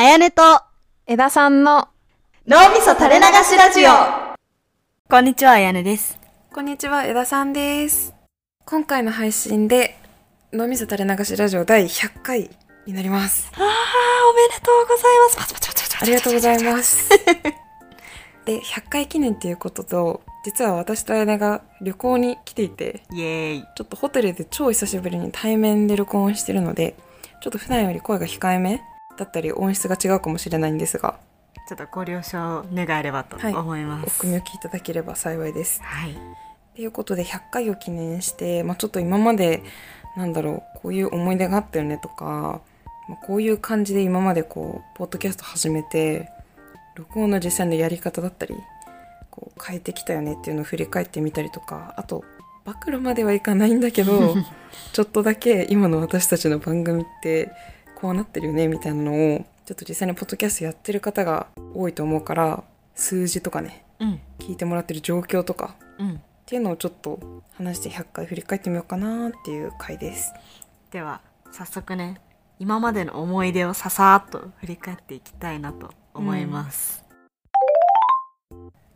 やねと、枝さんの、脳みそ垂れ流しラジオ。こんにちは、あやねです。こんにちは、枝さんです。今回の配信で、脳みそ垂れ流しラジオ第100回になります。おめでとうございます。パチパチパチパチありがとうございます。 で、100回記念っていうことと、実は私と姉が旅行に来ていて、イェーイ。ちょっとホテルで超久しぶりに対面で録音してるので、ちょっと普段より声が控えめだったり音質が違うかもしれないんですが、ちょっとご了承願えればとはい思いまおす。組み置きいただければ幸いです。はい。ということで100回を記念して、まあ、ちょっと今までなんだろうこういう思い出があったよねとか、まあ、こういう感じで今までこうポッドキャスト始めて録音の実際のやり方だったりこう変えてきたよねっていうのを振り返ってみたりとかあと暴露まではいかないんだけどちょっとだけ今の私たちの番組ってこうなってるよねみたいなのをちょっと実際にポッドキャストやってる方が多いと思うから数字とかねうん。聞いてもらってる状況とかうん。っていうのをちょっと話して100回振り返ってみようかなっていう回です。では、早速ね、今までの思い出をささーっと振り返っていきたいなと思います。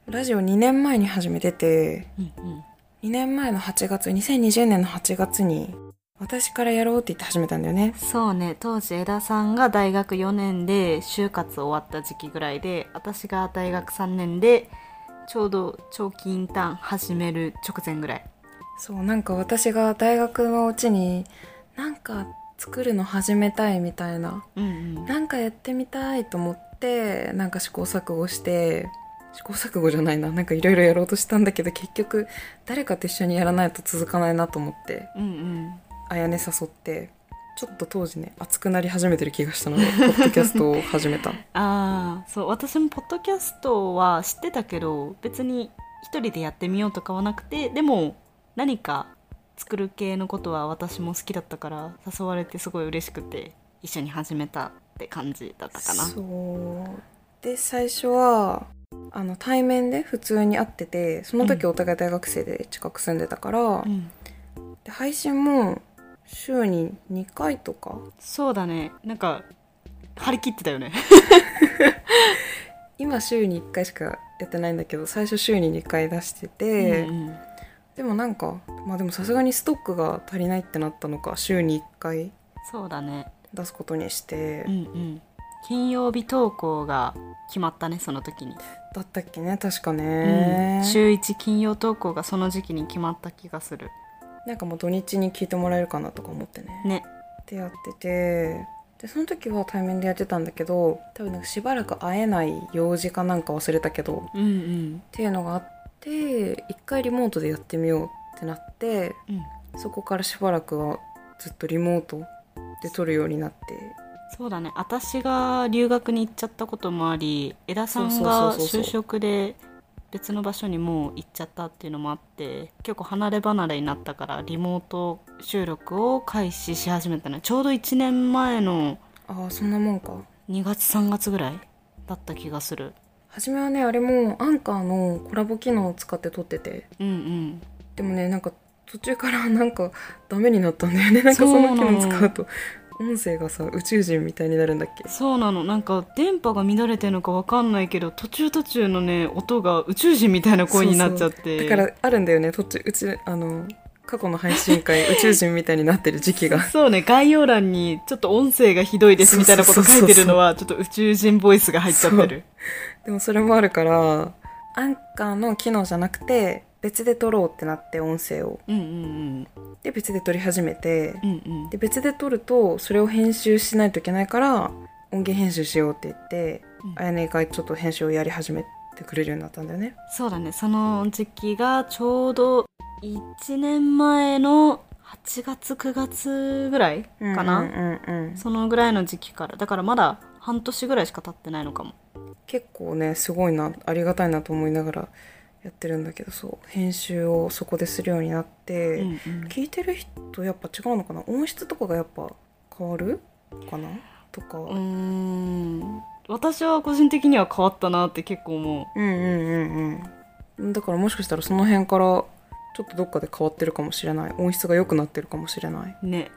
ラジオ2年前に始めてて、うん、うん、 2年前の8月、2020年の8月に、私からやろうって言って始めたんだよね。そうね、当時枝さんが大学4年で就活終わった時期ぐらいで、私が大学3年で、ちょうど長期インターン始める直前ぐらい。そう、なんか私が大学のうちに、なんか作るの始めたいみたいな、うんうん。なんかやってみたいと思って、なんか試行錯誤して、試行錯誤じゃないな、なんかいろいろやろうとしたんだけど、結局、誰かと一緒にやらないと続かないなと思って、うんあやね誘ってちょっと当時ね熱くなり始めてる気がしたのでポッドキャストを始め たうん、ああそう私もポッドキャストは知ってたけど別に一人でやってみようとかはなくてでも何か作る系のことは私も好きだったから誘われてすごい嬉しくて一緒に始めたって感じだったかなそうで最初はあの対面で普通に会っててその時うお互い大学生で近く住んでたから、うん、で配信も週に2回とかそうだねなんか張り切ってたよね今週に1回しかやってないんだけど最初週に2回出してて、うんうんでもなんかまあでもさすがにストックが足りないってなったのか週に1回そうだね出すことにして、うんうん金曜日投稿が決まったねその時に、だったっけね確かうね、ん、週1金曜投稿がその時期に決まった気がするなんかもう土日に聞いてもらえるかなとか思ってね。ねでやっててでその時は対面でやってたんだけど多分なんかしばらく会えない用事かなんか忘れたけどっうんうんていうのがあって一回リモートでやってみようってなってうんそこからしばらくはずっとリモートで撮るようになってそうだね私が留学に行っちゃったこともあり江田さんそうがそうそうそう就職で別の場所にもう行っちゃったっていうのもあって結構離れ離れになったからリモート収録を開始し始めたのちょうど1年前のああそんなもんか2月3月ぐらいだった気がする初めはねあれもアンカーのコラボ機能を使って撮っててうんでもねなんか途中から なんかダメになったんだよねなんかその機能使うと音声がさ宇宙人みたいになるんだっけうんそうなのなんか電波が乱れてるのかわかんないけど途中途中のね音が宇宙人みたいな声になっちゃってだからあるんだよね途中うちあの過去の配 信会宇宙人みたいになってる時期がそうね、概要欄にちょっと音声がひどいですみたいなこと書いてるのは、ちょっと宇宙人ボイスが入っちゃってる。でもそれもあるからアンカーの機能じゃなくて別で撮ろうってなって音声をうんうんで別で撮り始めてうん。うんうん。で別で撮るとそれを編集しないといけないから音源編集しようって言って、うんあやねがちょっと編集をやり始めてくれるようになったんだよねそうだね、その時期がちょうど1年前の8月9月ぐらいかな、うんうんうんうんそのぐらいの時期から。だからまだ半年ぐらいしか経ってないのかも。結構ねすごいなありがたいなと思いながらやってるんだけどそう編集をそこでするようになって、うんうん聞いてる人やっぱ違うのかな音質とかがやっぱ変わるかなとか、うーん。私は個人的には変わったなって結構思う。うんうんうんうんだからもしかしたらその辺からちょっとどっかで変わってるかもしれない音質が良くなってるかもしれないね。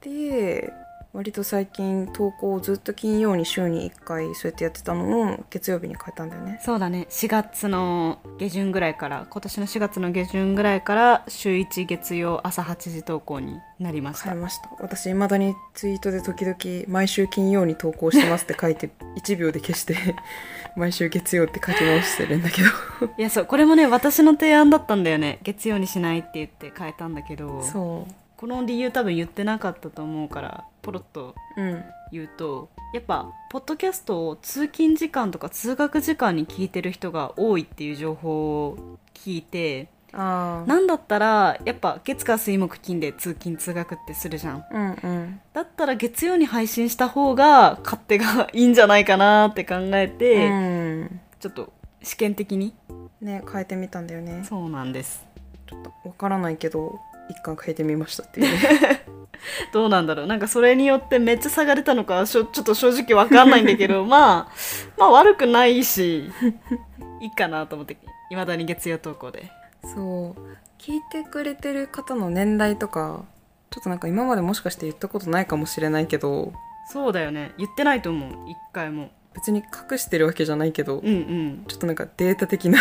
で割と最近投稿をずっと金曜に週に1回そうやってやってたのを月曜日に変えたんだよねそうだね4月の下旬ぐらいから今年の4月の下旬ぐらいから週1月曜朝8時投稿になりました、変えました私いまだにツイートで時々「毎週金曜に投稿してます」って書いて 1秒で消して 「毎週月曜」って書き直してるんだけどいやそうこれもね私の提案だったんだよね月曜にしないって言って変えたんだけど そこの理由多分言ってなかったと思うからポロッとううん言うとやっぱポッドキャストを通勤時間とか通学時間に聞いてる人が多いっていう情報を聞いてああなんだったらやっぱ月火水木金で通勤通学ってするじゃんうんうんだったら月曜に配信した方が勝手がいいんじゃないかなって考えて、うんちょっと試験的にね変えてみたんだよねそうなんですちょっとわからないけど一回変えてみましたっていうねどうなんだろうなんかそれによってめっちゃ差が出たのかしょちょっと正直わかんないんだけど まあまあ悪くない しいいかなと思っていまだに月曜投稿で そう聞いてくれてる方の年代とかちょっとなんか今までもしかして言ったことないかもしれないけどそうだよね言ってないと思う一回も別に隠してるわけじゃないけど、うんうんちょっとなんかデータ 的な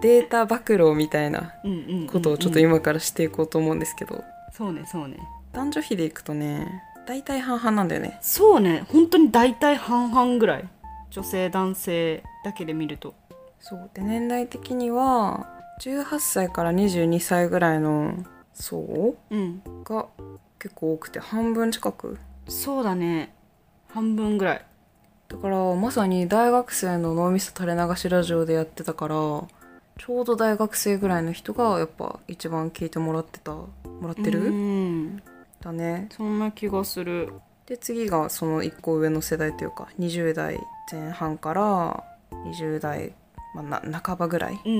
データ暴露みたいなうんうんうんうんことをちょっと今からしていこうと思うんですけど、そうねそうね男女比でいくとね大体半々なんだよねそうね本当に大体半々ぐらい女性男性だけで見るとそうで年代的には18歳から22歳ぐらいの層うんが結構多くて半分近くそうだね半分ぐらいだからまさに大学生の脳みそ垂れ流しラジオでやってたからちょうど大学生ぐらいの人がやっぱ一番聞いてもらってたもらってる、うんだねそんな気がするで次がその1個上の世代というか20代前半から20代、まあ、な半ばぐらいうんう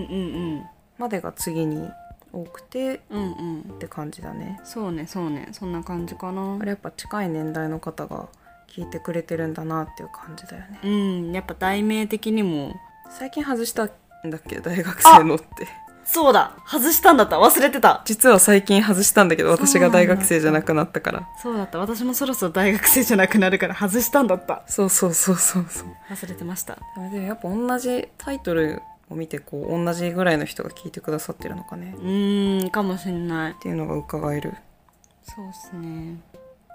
んまでが次に多くてうんうんうんって感じだねそうねそうねそんな感じかなあれやっぱ近い年代の方が聞いてくれてるんだなっていう感じだよねうんやっぱ題名的にも最近外したんだっけ大学生のってそうだ外したんだった忘れてた実は最近外したんだけどそうなんだ私が大学生じゃなくなったからそうだった私もそろそろ大学生じゃなくなるから外したんだったそうそうそうそうそう忘れてましたでもでもやっぱ同じタイトルを見てこう同じぐらいの人が聞いてくださってるのかねうーんかもしんないっていうのが伺えるそうっすね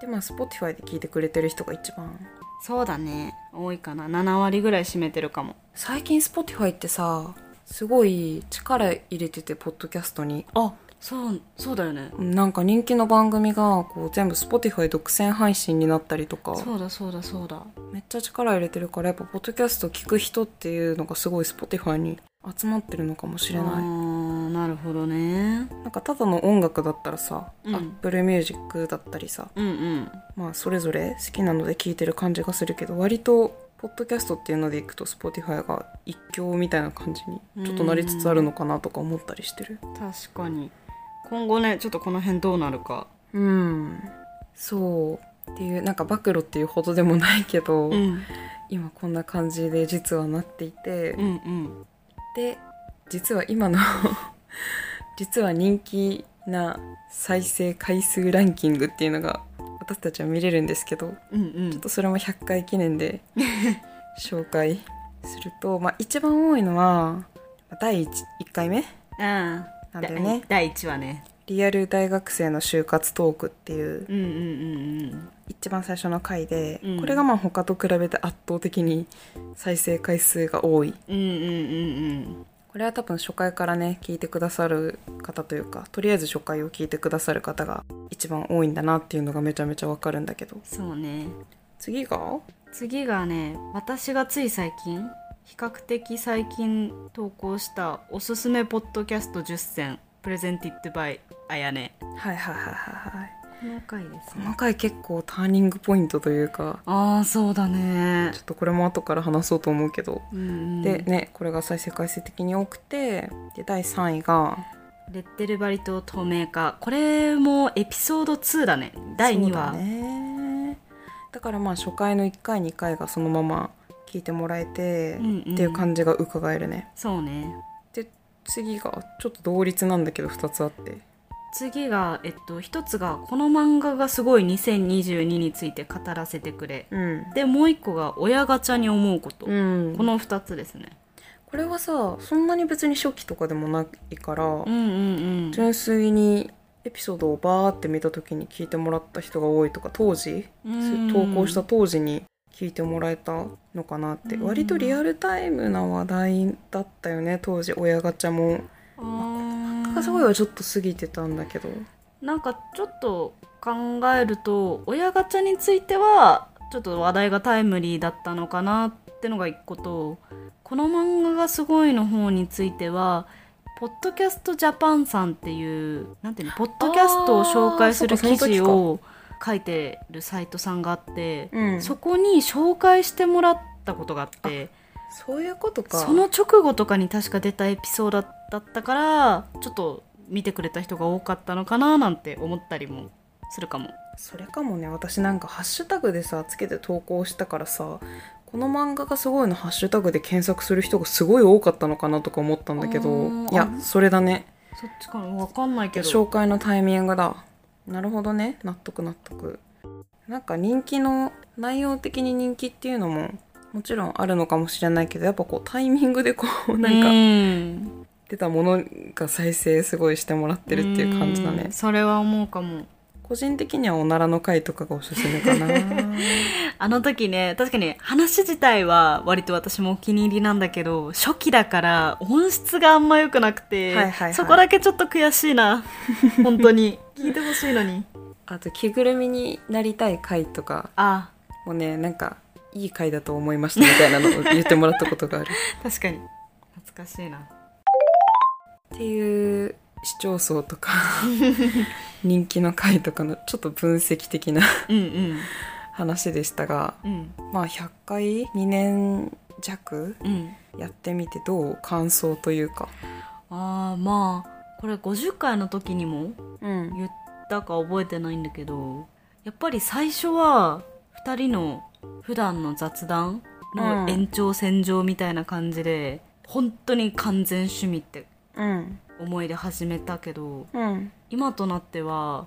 でまあ Spotify で聞いてくれてる人が一番そうだね多いかな7割ぐらい占めてるかも最近 Spotify ってさすごい力入れててポッドキャストにあそうそうだよねなんか人気の番組がこう全部 Spotify 独占配信になったりとかそうだそうだそうだめっちゃ力入れてるからやっぱポッドキャスト聞く人っていうのがすごい Spotify に集まってるのかもしれあなーなるほどねいなんかただの音楽だったらさ、うん Apple Music だったりさうんうんまあそれぞれ好きなので聞いてる感じがするけど割とポッドキャストっていうのでいくと Spotify が一強みたいな感じにちょっとなりつつあるのかなとか思ったりしてる確かに今後ねちょっとこの辺どうなるかうんそうっていうなんか暴露っていうほどでもないけど、ん今こんな感じで実はなっていて、うんうんで実は今の 実は人気な再生回数ランキングっていうのが私たちは見れるんですけどうんうちょっんとそれも100回記念 で紹介すると、まあ、一番多いのは第 1, 回目あなんだよね第1話ねリアル大学生の就活トークっていううんうんうんうん一番最初の回で、うんこれがまあ他と比べて圧倒的に再生回数が多いうんうんうんこれは多分初回からね聞いてくださる方というかとりあえず初回を聞いてくださる方が一番多いんだなっていうのがめちゃめちゃわかるんだけどそうね次が次がね私がつい最近比較的最近投稿したおすすめポッドキャスト10選プレゼンティッドバイあやねはいはいはいはいはい細かいですこの回結構ターニングポイントというかああそうだねちょっとこれも後から話そうと思うけど、うんうんでねこれが再生回数的に多くてで第3位がレッテルバリ島透明化これもエピソード2だね第2話そうだねだからまあ初回の1回2回がそのまま聞いてもらえて、うんうんっていう感じが伺えるねそうねで次がちょっと同率なんだけど2つあって次が、えっと、一つが、この漫画がすごい2022について語らせてくれ。うんで、もう一個が、親ガチャに思うこと。うんこの二つですね。これはさそんなに別に初期とかでもないから、うんうんうん。純粋にエピソードをバーって見た時に聞いてもらった人が多いとか当時、うん投稿した当時に聞いてもらえたのかなって、うん割とリアルタイムな話題だったよね当時親ガチャも。あーすごいはちょっと過ぎてたんだけど、なんかちょっと考えると親ガチャについてはちょっと話題がタイムリーだったのかなってのが一個とこの漫画がすごいの方についてはポッドキャストジャパンさんっていうなんていうのポッドキャストを紹介するあーそっ記かその時事かを書いてるサイトさんがあって、うんそこに紹介してもらったことがあって。そういうことかその直後とかに確か出たエピソードだったからちょっと見てくれた人が多かったのかななんて思ったりもするかもそれかもね私なんかハッシュタグでさつけて投稿したからさこの漫画がすごいのハッシュタグで検索する人がすごい多かったのかなとか思ったんだけあどーいやそれだねそっちかな分かんないけど紹介のタイミングだなるほどね納得納得なんか人気の内容的に人気っていうのももちろんあるのかもしれないけどやっぱこうタイミングでこうなんかん出たものが再生すごいしてもらってるっていう感じだうんねそれは思うかも個人的にはおならの回とかがおすすめかなあの時ね確かに話自体は割と私もお気に入りなんだけど初期だから音質があんま良くなくて、はいはいはいそこだけちょっと悔しい な本当に聞いてほしいのに あと着ぐるみになりたい回とかあもねなんかいい回だと思いましたみたいなのを言ってもらったことがある確かに懐かしいなっていう視聴層とか 人気の回とかのちょっと分析的な うんうん話でしたがうんまあ100回2年弱うんやってみてどう感想というか、ああまあこれ50回の時にも言ったか覚えてないんだけどやっぱり最初は2人の普段の雑談うのん延長線上みたいな感じで、本当に完全趣味ってうん思いで始めたけどうん今となっては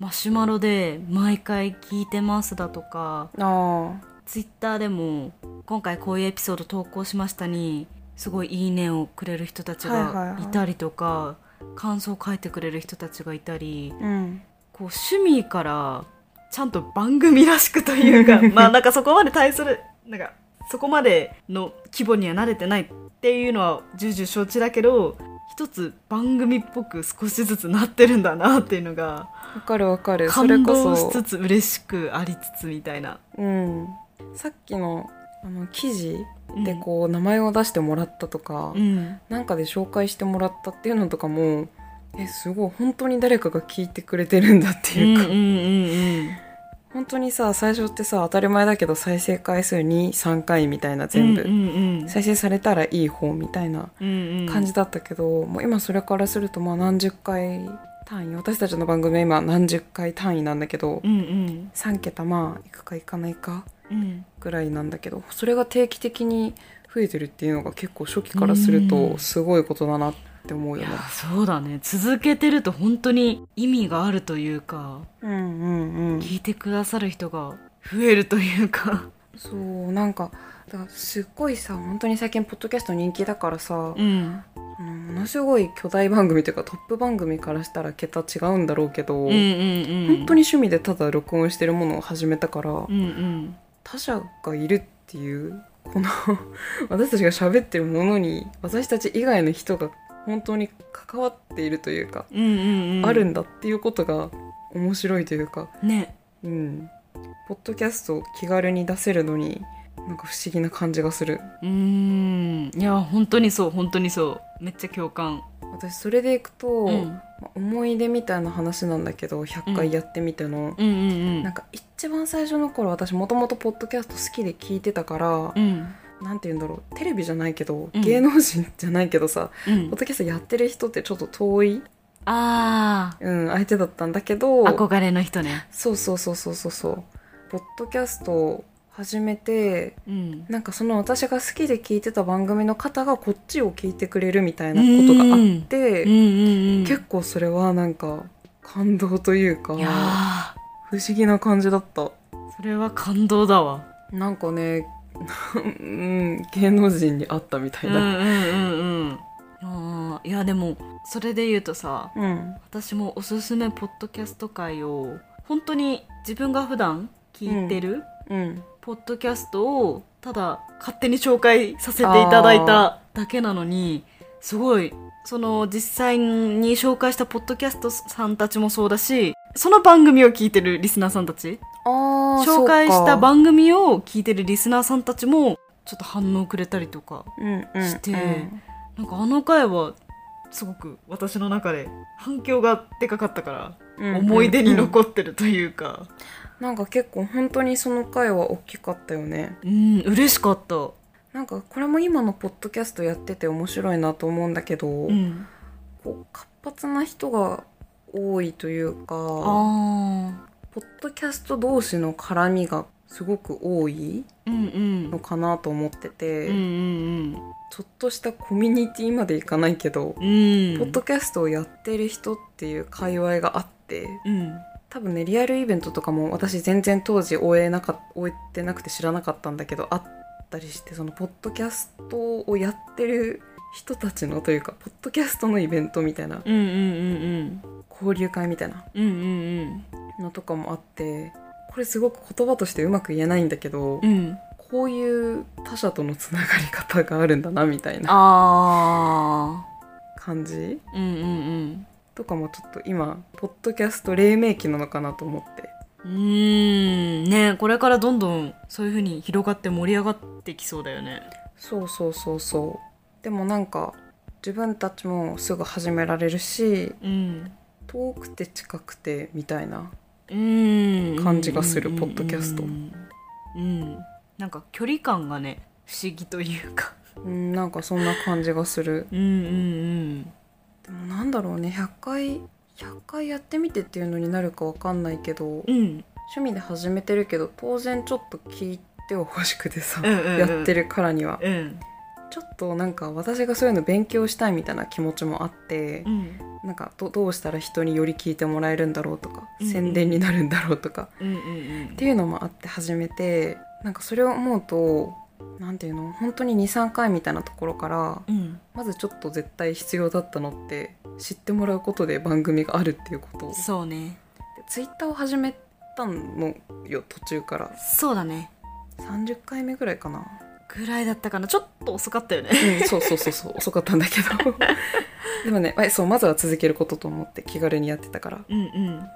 マシュマロで「毎回聞いてます」だとかあツイッターでも「今回こういうエピソード投稿しました」にすごい「いいね」をくれる人たちはいはいがはいいたりとか、感想を書いてくれる人たちがいたりあうんこう趣味からちゃんと番組らしくという かまあなんかそこまで対するなんかそこまでの規模には慣れてないっていうのは重々承知だけど一つ番組っぽく少しずつなってるんだなっていうのがわかるわかるそれ感こ動そしつつ嬉しくありつつみたいな。うん、さっきのあの記事でうんこう名前を出してもらったとか、うんなんかで紹介してもらったっていうのとかもえすごい本当に誰かが聞いてくれてるんだっていうか、うんうんうんうん本当にさ最初ってさ当たり前だけど再生回数23回みたいな全部、うんうん再生されたらいい方みたいなうん感じだったけど、もう今それからするとまあ何十回単位私たちの番組は今何十回単位なんだけど、うんうん3桁まあいくかいかないかうんぐらいなんだけどそれが定期的に増えてるっていうのが結構初期からするうとんすごいことだなって思ういよやね。そうだね続けてると本当に意味があるというかうんうんうん、聞いてくださる人が増えるというかそうなんかだからすっごいさ本当に最近ポッドキャスト人気だからさ、うんあのものすごい巨大番組というかトップ番組からしたら桁違うんだろうけど、うんうんうん本当に趣味でただ録音してるものを始めたから、うんうん他者がいるっていうこの 私たちが喋ってるものに私たち以外の人が本当に関わっているというか、うんうんうんあるんだっていうことが面白いというか、ねうん、ポッドキャストを気軽に出せるのになんか不思議な感じがするうーんいや本当にそう本当にそうめっちゃ共感私それでいくと、うんまあ思い出みたいな話なんだけど100回やってみての、うんうんなんか一番最初の頃私もともとポッドキャスト好きで聞いてたからうんうんなんて言うんだろうテレビじゃないけどうん芸能人じゃないけどさ、うんポッドキャストやってる人ってちょっと遠い、あうん、相手だったんだけどー憧れの人ねそうそうそうそうそうそうポッドキャストを始めてうんなんかその私が好きで聞いてた番組の方がこっちを聞いてくれるみたいなことがあって、うんうんうん結構それはなんか感動というかいやー不思議な感じだったそれは感動だわなんかね うん芸能人に会ったみたういんうな、んうんうんあーいやでもそれで言うとさうん、私もおすすめポッドキャスト界を本当に自分が普段聞いてる、うんポッドキャストをただ勝手に紹介させていただいただけなのにすごいその実際に紹介したポッドキャストさんたちもそうだしその番組を聞いてるリスナーさんたちあー紹介しそうかた番組を聞いてるリスナーさんたちもちょっと反応くれたりとかうんうんしてうんなんかあの回はすごく私の中で反響がでかかったかうんら思い出にうん残ってるというかなんか結構本当にその回は大きかったよねうん嬉しかった、なんかこれも今のポッドキャストやってて面白いなと思うんだけど、うん、こう活発な人が多いというかあポッドキャスト同士の絡みがすごく多いーうんうんのかなと思ってて、うんうんうんちょっとしたコミュニティまでいかないけうど、んポッドキャストをやってる人っていう界隈があってうん多分ねリアルイベントとかも私全然当時終えなかっ終えてなくて知らなかったんだけどあったりしてそのポッドキャストをやってる人たちのというかポッドキャストのイベントみたいなうんうん交流会みたいなうんうんうんのとかもあってこれすごく言葉としてうまく言えないんだけど、うんうんこういう他者とのつながり方があるんだなみたいなあ感じーうんうんとかもちょっと今ポッドキャスト黎明期なのかなと思ってうんうーんねこれからどんどんそういう風に広がって盛り上がってきそうだよねそうそうそうそうでもなんか自分たちもすぐ始められるしうん遠くて近くてみたいなうん感じがするポッドキャストうんうんなんか距離感がね不思議というかうんなんかそんな感じがするうんうんでもなんだろうね100回100回やってみてっていうのになるかわかんないけど、うんうん趣味で始めてるけど当然ちょっと聞いては欲しくてさ、うんうんうんやってるからには、うんちょっとなんか私がそういうの勉強したいみたいな気持ちもあってう、んなんかどどうしたら人により聞いてもらえるんだろうとか、うんうん宣伝になるんだろうとかうんうんっていうのもあって始めてなんかそれを思うとなんていうの本当に23回みたいなところからうんまずちょっと絶対必要だったのって知ってもらうことで番組があるっていうことそうねツイッターを始めたのよ途中からそうだね30回目ぐらいかな、ぐらいだったかなちょっと遅かったよねうん、そうそうそう そう遅かったんだけど でもねえそうまずは続けることと思って気軽にやってたからうんうん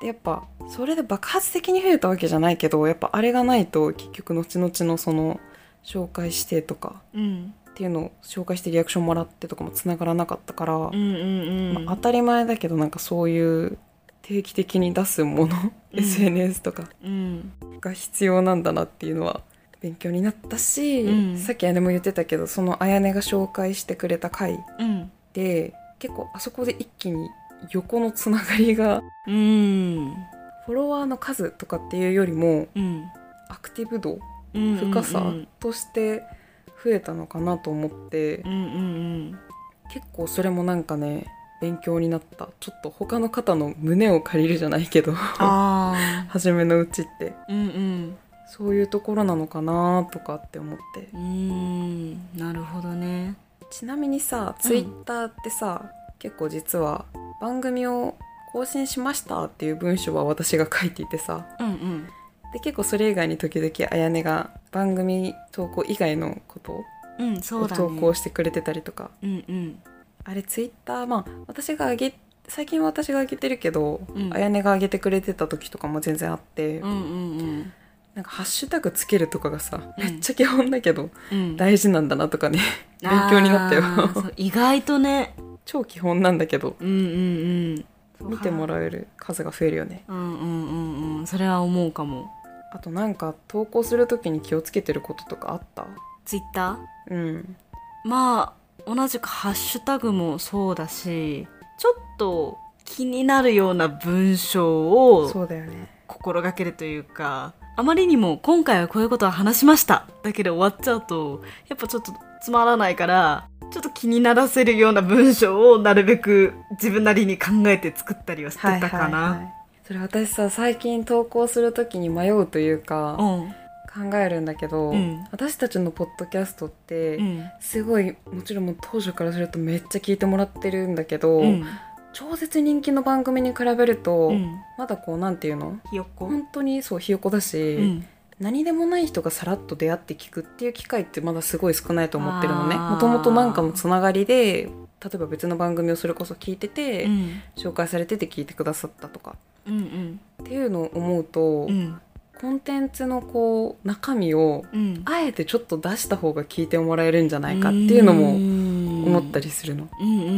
でやっぱそれで爆発的に増えたわけじゃないけどやっぱあれがないと結局後々のその紹介してとかうんっていうのを紹介してリアクションもらってとかもつながらなかったから、うんうんうんまあ当たり前だけどなんかそういう定期的に出すもの、うん SNS とかうんが必要なんだなっていうのは勉強になったし、うんさっきあれも言ってたけどそのあやねが紹介してくれた回うんで結構あそこで一気に横のつながりが うんフォロワーの数とかっていうよりもうんアクティブ度うん深さうんとして増えたのかなと思って、うんうん結構それもなんかね勉強になったちょっと他の方の胸を借りるじゃないけど ああ初めのうちってうんそういうところなのかなとかって思ってうんうんなるほどねちなみにさツイッターってさ、結構実は番組を更新しましたっていう文章は私が書いていてさうんうんで結構それ以外に時々あやねが番組投稿以外のことうんそをうだね投稿してくれてたりとか、うんうんあれツイッターまあ私が上げ最近は私が上げてるけど、うんあやねが上げてくれてた時とかも全然あって、うんうんうんなんかハッシュタグつけるとかがさ、うんめっちゃ基本だけどうん大事なんだなとかね 勉強になったよあ ーそう意外とね超基本なんだけどうんうんうん見てもうらえる数が増えるよねうんうんうんうんそれは思うかもあとなんか投稿する時に気をつけてることとかあったツイッターうんまあ同じくハッシュタグもそうだしちょっと気になるような文章をそうだよね心がけるというかあまりにも今回はこういうことは話しましただけで終わっちゃうとやっぱちょっとつまらないからちょっと気にならせるような文章をなるべく自分なりに考えて作ったりはしてたかな。い、それ私さ最近投稿する時に迷うというか、考えるんだけど、うん私たちのポッドキャストって、うん。うん。すごいもちろんもう当初からするとめっちゃ聞いてもらってるんだけど、うん。超絶人気の番組に比べると、うん。まだこうなんていうのひよっこ。本当にそうひよこだし、うん。何でもない人がさらっと出会って聞くっていう機会ってまだすごい少ないと思ってるのねあーもともとなんかもつながりで例えば別の番組をそれこそ聞いてて、うん。紹介されてて聞いてくださったとかうん。っていうのを思うと、うん。コンテンツのこう中身をうん。あえてちょっと出した方が聞いてもらえるんじゃないかっていうのも思思った。りするの、うんうんうんう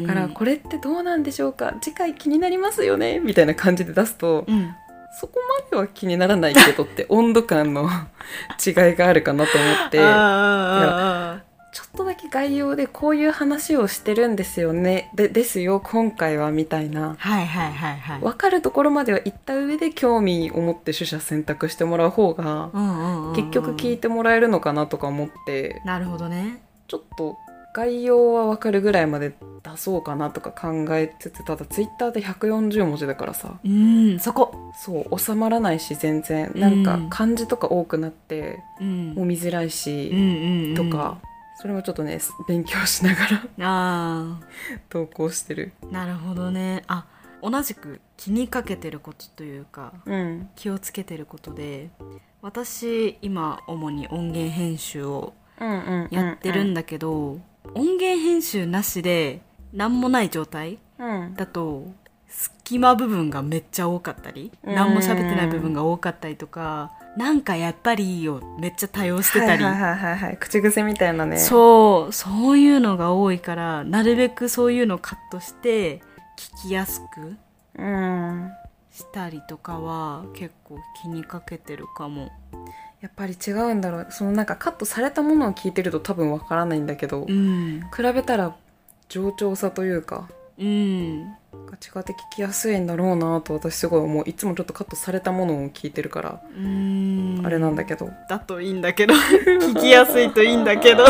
ん。だからこれってどうなんでしょうか次回気になりますよねみたいな感じで出すと、うん。そこまでは気にならないけどって 温度感の 違いがあるかなと思ってあーあーあちょっとだけ概要でこういう話をしてるんですよねでですよ今回はみたいー。なはいはいはいはい。分かるところまでは言った上で興味を持って取捨選択してもらう方がうんうんうん。結局聞いてもらえるのかなとか思ってなるほどね。ちょっと概要は分かるぐらいまで出そうかなとか考えつつただツイッターで140文字だからさうん、そこ。そう収まらないし全然なんかうん漢字とか多くなってうん。もう見づらいうんしうんうん。とか。それもちょっとね勉強しながら あ投稿してるあ、なるほどね。あ、同じく気にかけてることというか、うん気をつけてることで、私、今、主に音源編集をうんうんやってるんだけど、音源編集なしで、なんもない状態うんだと、隙間部分がめっちゃ多かったり、うん何も喋ってない部分が多かったりとか、なんかやっぱりをめっちゃ多用してたりはいはいはいはいはい口癖みたいなねそうそういうのが多いからなるべくそういうのをカットして聞きやすくうんしたりとかは結構気にかけてるかもやっぱり違うんだろうそのなんかカットされたものを聞いてると多分わからないんだけど、うん比べたら冗長さというかうんが違って聞きやすいんだろうなと私すごい思ういつもちょっとカットされたものを聞いてるから、うんあれなんだけどだといいんだけど 聞きやすいといいんだけど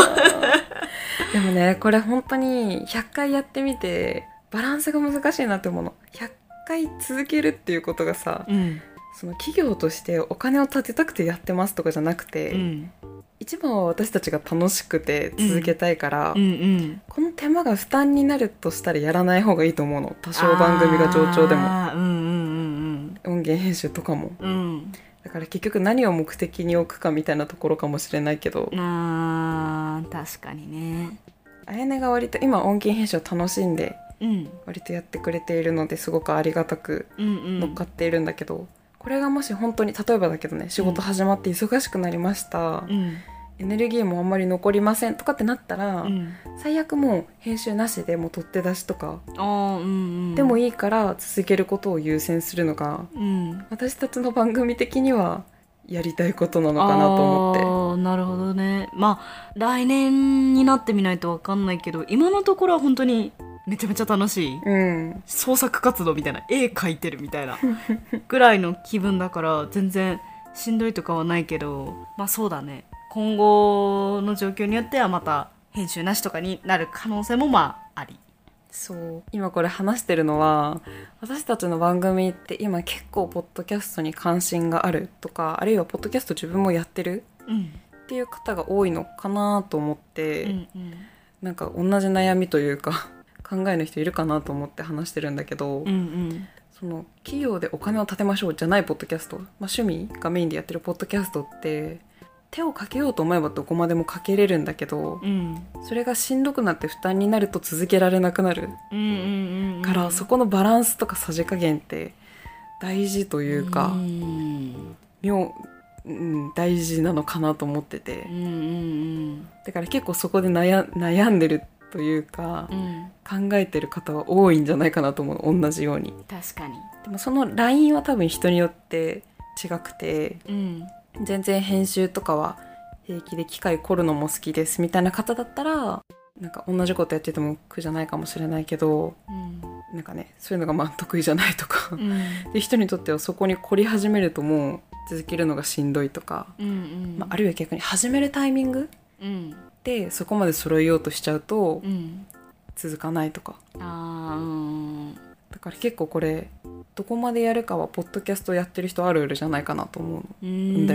でもねこれ本当に100回やってみてバランスが難しいなって思うの100回続けるっていうことがさうんその企業としてお金を立てたくてやってますとかじゃなくて、うん一番は私たちが楽しくて続けたいから、うんうんこの手間が負担になるとしたらやらない方がいいと思うの多少番組が上長でもあーうんうん音源編集とかもうんうんだから結局何を目的に置くかみたいなところかもしれないけどうんあー確かにねあやねが割と今音源編集を楽しんでうん割とやってくれているのですごくありがたくうんうん乗っかっているんだけど、これがもし本当に例えばだけどね仕事始まって忙しくなりました、うんエネルギーもあんまり残りませんとかってなったら、うん最悪もう編集なしでもう取って出しとかあーうんうんでもいいから続けることを優先するのがうん私たちの番組的にはやりたいことなのかなと思あっーなるほどねまあ来年になってみないとわかんないけど今のところは本当にめちゃめちゃ楽しいてうん創作活動みたいな絵描いてるみたい なぐらいの気分だから全然しんどいとかはないけどまあそうだね今後の状況によってはまた編集なしとかになる可能性もまあありそう今これ話してるのは私たちの番組って今結構ポッドキャストに関心があるとかあるいはポッドキャスト自分もやってるうんっていう方が多いのかなと思って、うんうんなんか同じ悩みというか考えの人いるかなと思って話してるんだけど、うんその企業でお金を立てましょうじゃないポッドキャスト、まあ、趣味がメインでやってるポッドキャストって手をかけようと思えばどこまでもかけれるんだけどうんうんそれがしんどくなって負担になると続けられなくなるうんうんうんから、そこのバランスとかさじ加減って大事とというか、うん妙うん、大事なのかなと思っててうんうんだから結構そこで悩悩んでるというかうんうん考えてる方は多いんじゃないかなと思う同じように確かにでもそのラインは多分人によって違くてうん全然編集とかは平気で機械凝るのも好きですみたいな方だったらなんか同じことやってても苦じゃないかもしれないけどうんなんかねそういうのがまあ得意じゃないとうか、んで人にとってはそこに凝り始めるともう続けるのがしんどいとか、うんうんまあ、あるいは逆に始めるタイミングうんってそこまで揃えようとしちゃうとうん続かないとかあーうんだから結構これどこまでやるかはポッドキャストやってる人あるあるじゃないかなと思うのうーん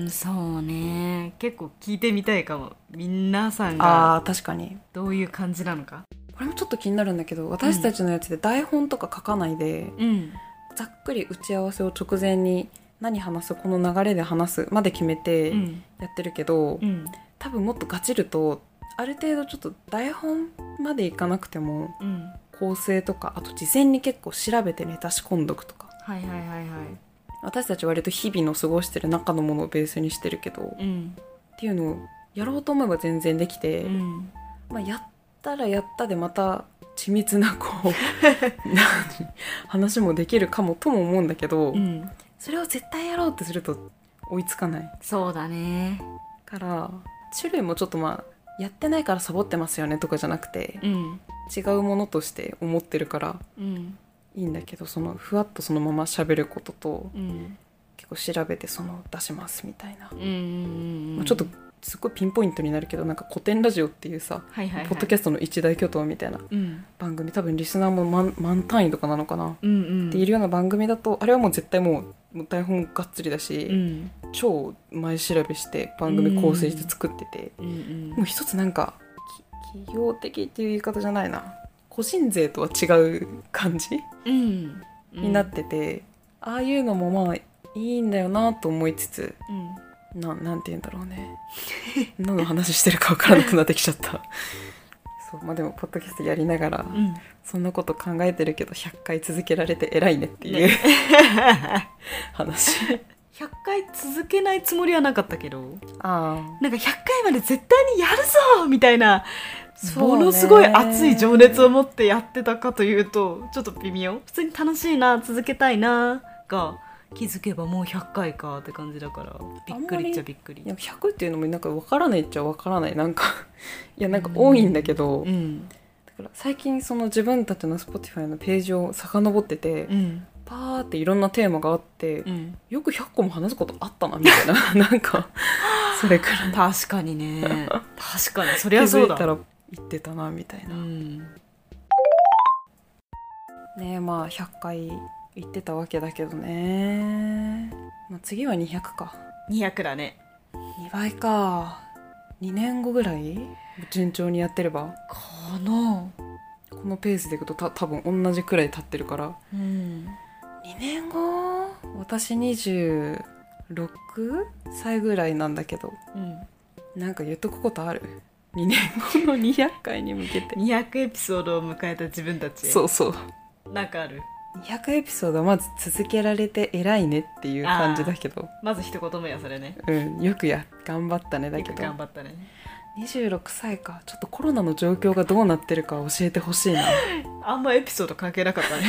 だよそうね結構聞いてみたいかも皆さんがあー確かにどういう感じなのかこれもちょっと気になるんだけど私たちのやつで台本とか書かないで、うんざっくり打ち合わせを直前に何話すこの流れで話すまで決めてうんやってるけど、うん多分もっとガチるとある程度ちょっと台本までいかなくてもうん構成とかあと事前に結構調べてネタ仕込んどくとかはいはいはいは私たち割と日々の過ごしてる中のものをベースにしてるけど、いうんっていうのをやろうと思えば全然できて、うんまあ、やったらやったでまた緻密なこう 何話もできるかもとも思うんだけど、うんそれを絶対やろうってすると追いつかないそうだねから種類もちょっとまあやってないからサボってますよねとかじゃなくてうん違うものとして思ってるからうんいいんだけどそのふわっとそのまま喋ることとうん結構調べてその出しますみたいな、うんうんうまあんちょっとすごいピンポイントになるけどなんか古典ラジオっていうさはいはいはいポッドキャストの一大巨頭みたいなうん番組多分リスナーも満満単位とかなのかな、うんうんっているような番組だとあれはもう絶対もうもう台本がっつりだし、うん超前調べして番組構成して作ってて、うんうんもう一つなんかき企業的っていう言い方じゃないな個人税とは違う感じうんうんになってて、ああいうのもまあいいんだよなと思いつつうんななんて言うんだろう ね何の話してるか分からなくなってきちゃったそうまあでもポッドキャストやりながら、うんそんなこと考えてるけど100回続けられて偉いねっていう、 話100回続けないつもりはなかったけどあなんか100回まで絶対にやるぞみたいな、そうねものすごい熱い情熱を持ってやってたかというとちょっと微妙普通に楽しいな続けたいなが気づけばもう100回かって感じだからびっくりっちゃびっくりあ100っていうのもなんか分からないっちゃ分からないなんかいやなんか多いんだけど、うだんから最近その自分たちの Spotify のページを遡ってて、うんパーっていろんなテーマがあって、うんよく100個も話すことあったなみたいな なんかそれくらい確かにね 確かにそ気りゃそづういだたら言ってたなみたいなう、んねえまあ100回言ってたわけだけどね、まあ、次は200か200だね2倍か2年後ぐらい順調にやってればこのこのペースでいくとた多分同じくらい経ってるからうん2年後私26歳ぐらいなんだけどうんなんか言っとくことある2年後の200回に向けて200エピソードを迎えた自分たちそうそうなんかある200エピソードはまず続けられて偉いねっていう感じだけどまず一言目はそれねうんよくや頑張ったねだよけくど頑張ったね26歳かちょっとコロナの状況がどうなってるか教えてほしいなあんまエピソード関係なかったね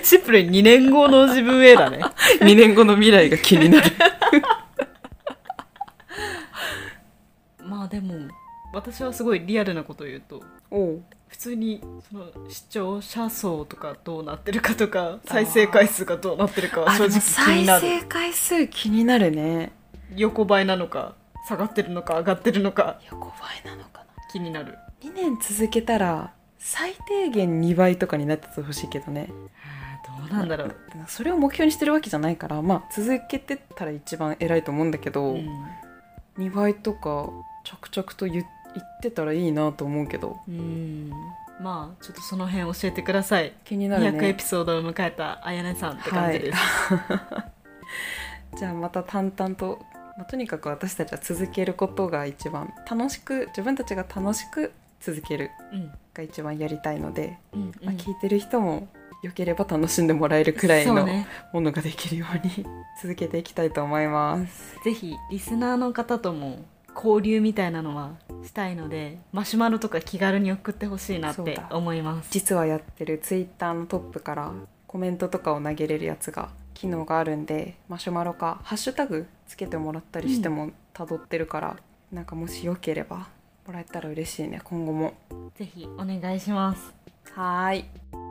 シンプルに2年後の自分へだね 2年後の未来が気になる まあでも私はすごいリアルなことを言うとおう普通にその視聴者層とかどうなってるかとか再生回数がどうなってるかはあ正で直気もになる再生回数気になるね横ばいなのか下がってるのか上がってるのか横ばいなのかな気になる2年続けたら最低限2倍とかになっててほしいけどねどうなんだろう、それを目標にしてるわけじゃないからまあ続けてったら一番偉いと思うんだけど、2倍とか着々と言言ってたらいいなと思うけどうん、まあちょっとその辺教えてください気になる200エねピソードを迎えたあやねさんって感じです、じゃあまた淡々と、まあ、とにかく私たちは続けることが一番楽しく自分たちが楽しく続けるうんが一番やりたいので、うんうんまあ、聞いてる人も良ければ楽しんでもらえるくらいそうのねものができるように 続けていきたいと思います。ぜひリスナーの方とも交流みたいなのはしたいのでマシュマロとか気軽に送ってほしいなっそうてだ思います実はやってるツイッターのトップからコメントとかを投げれるやつが機能があるんでマシュマロかハッシュタグつけてもらったりしてもたどってるから、なんかもしよければもらえたら嬉しいね今後も。ぜひお願いしますはーい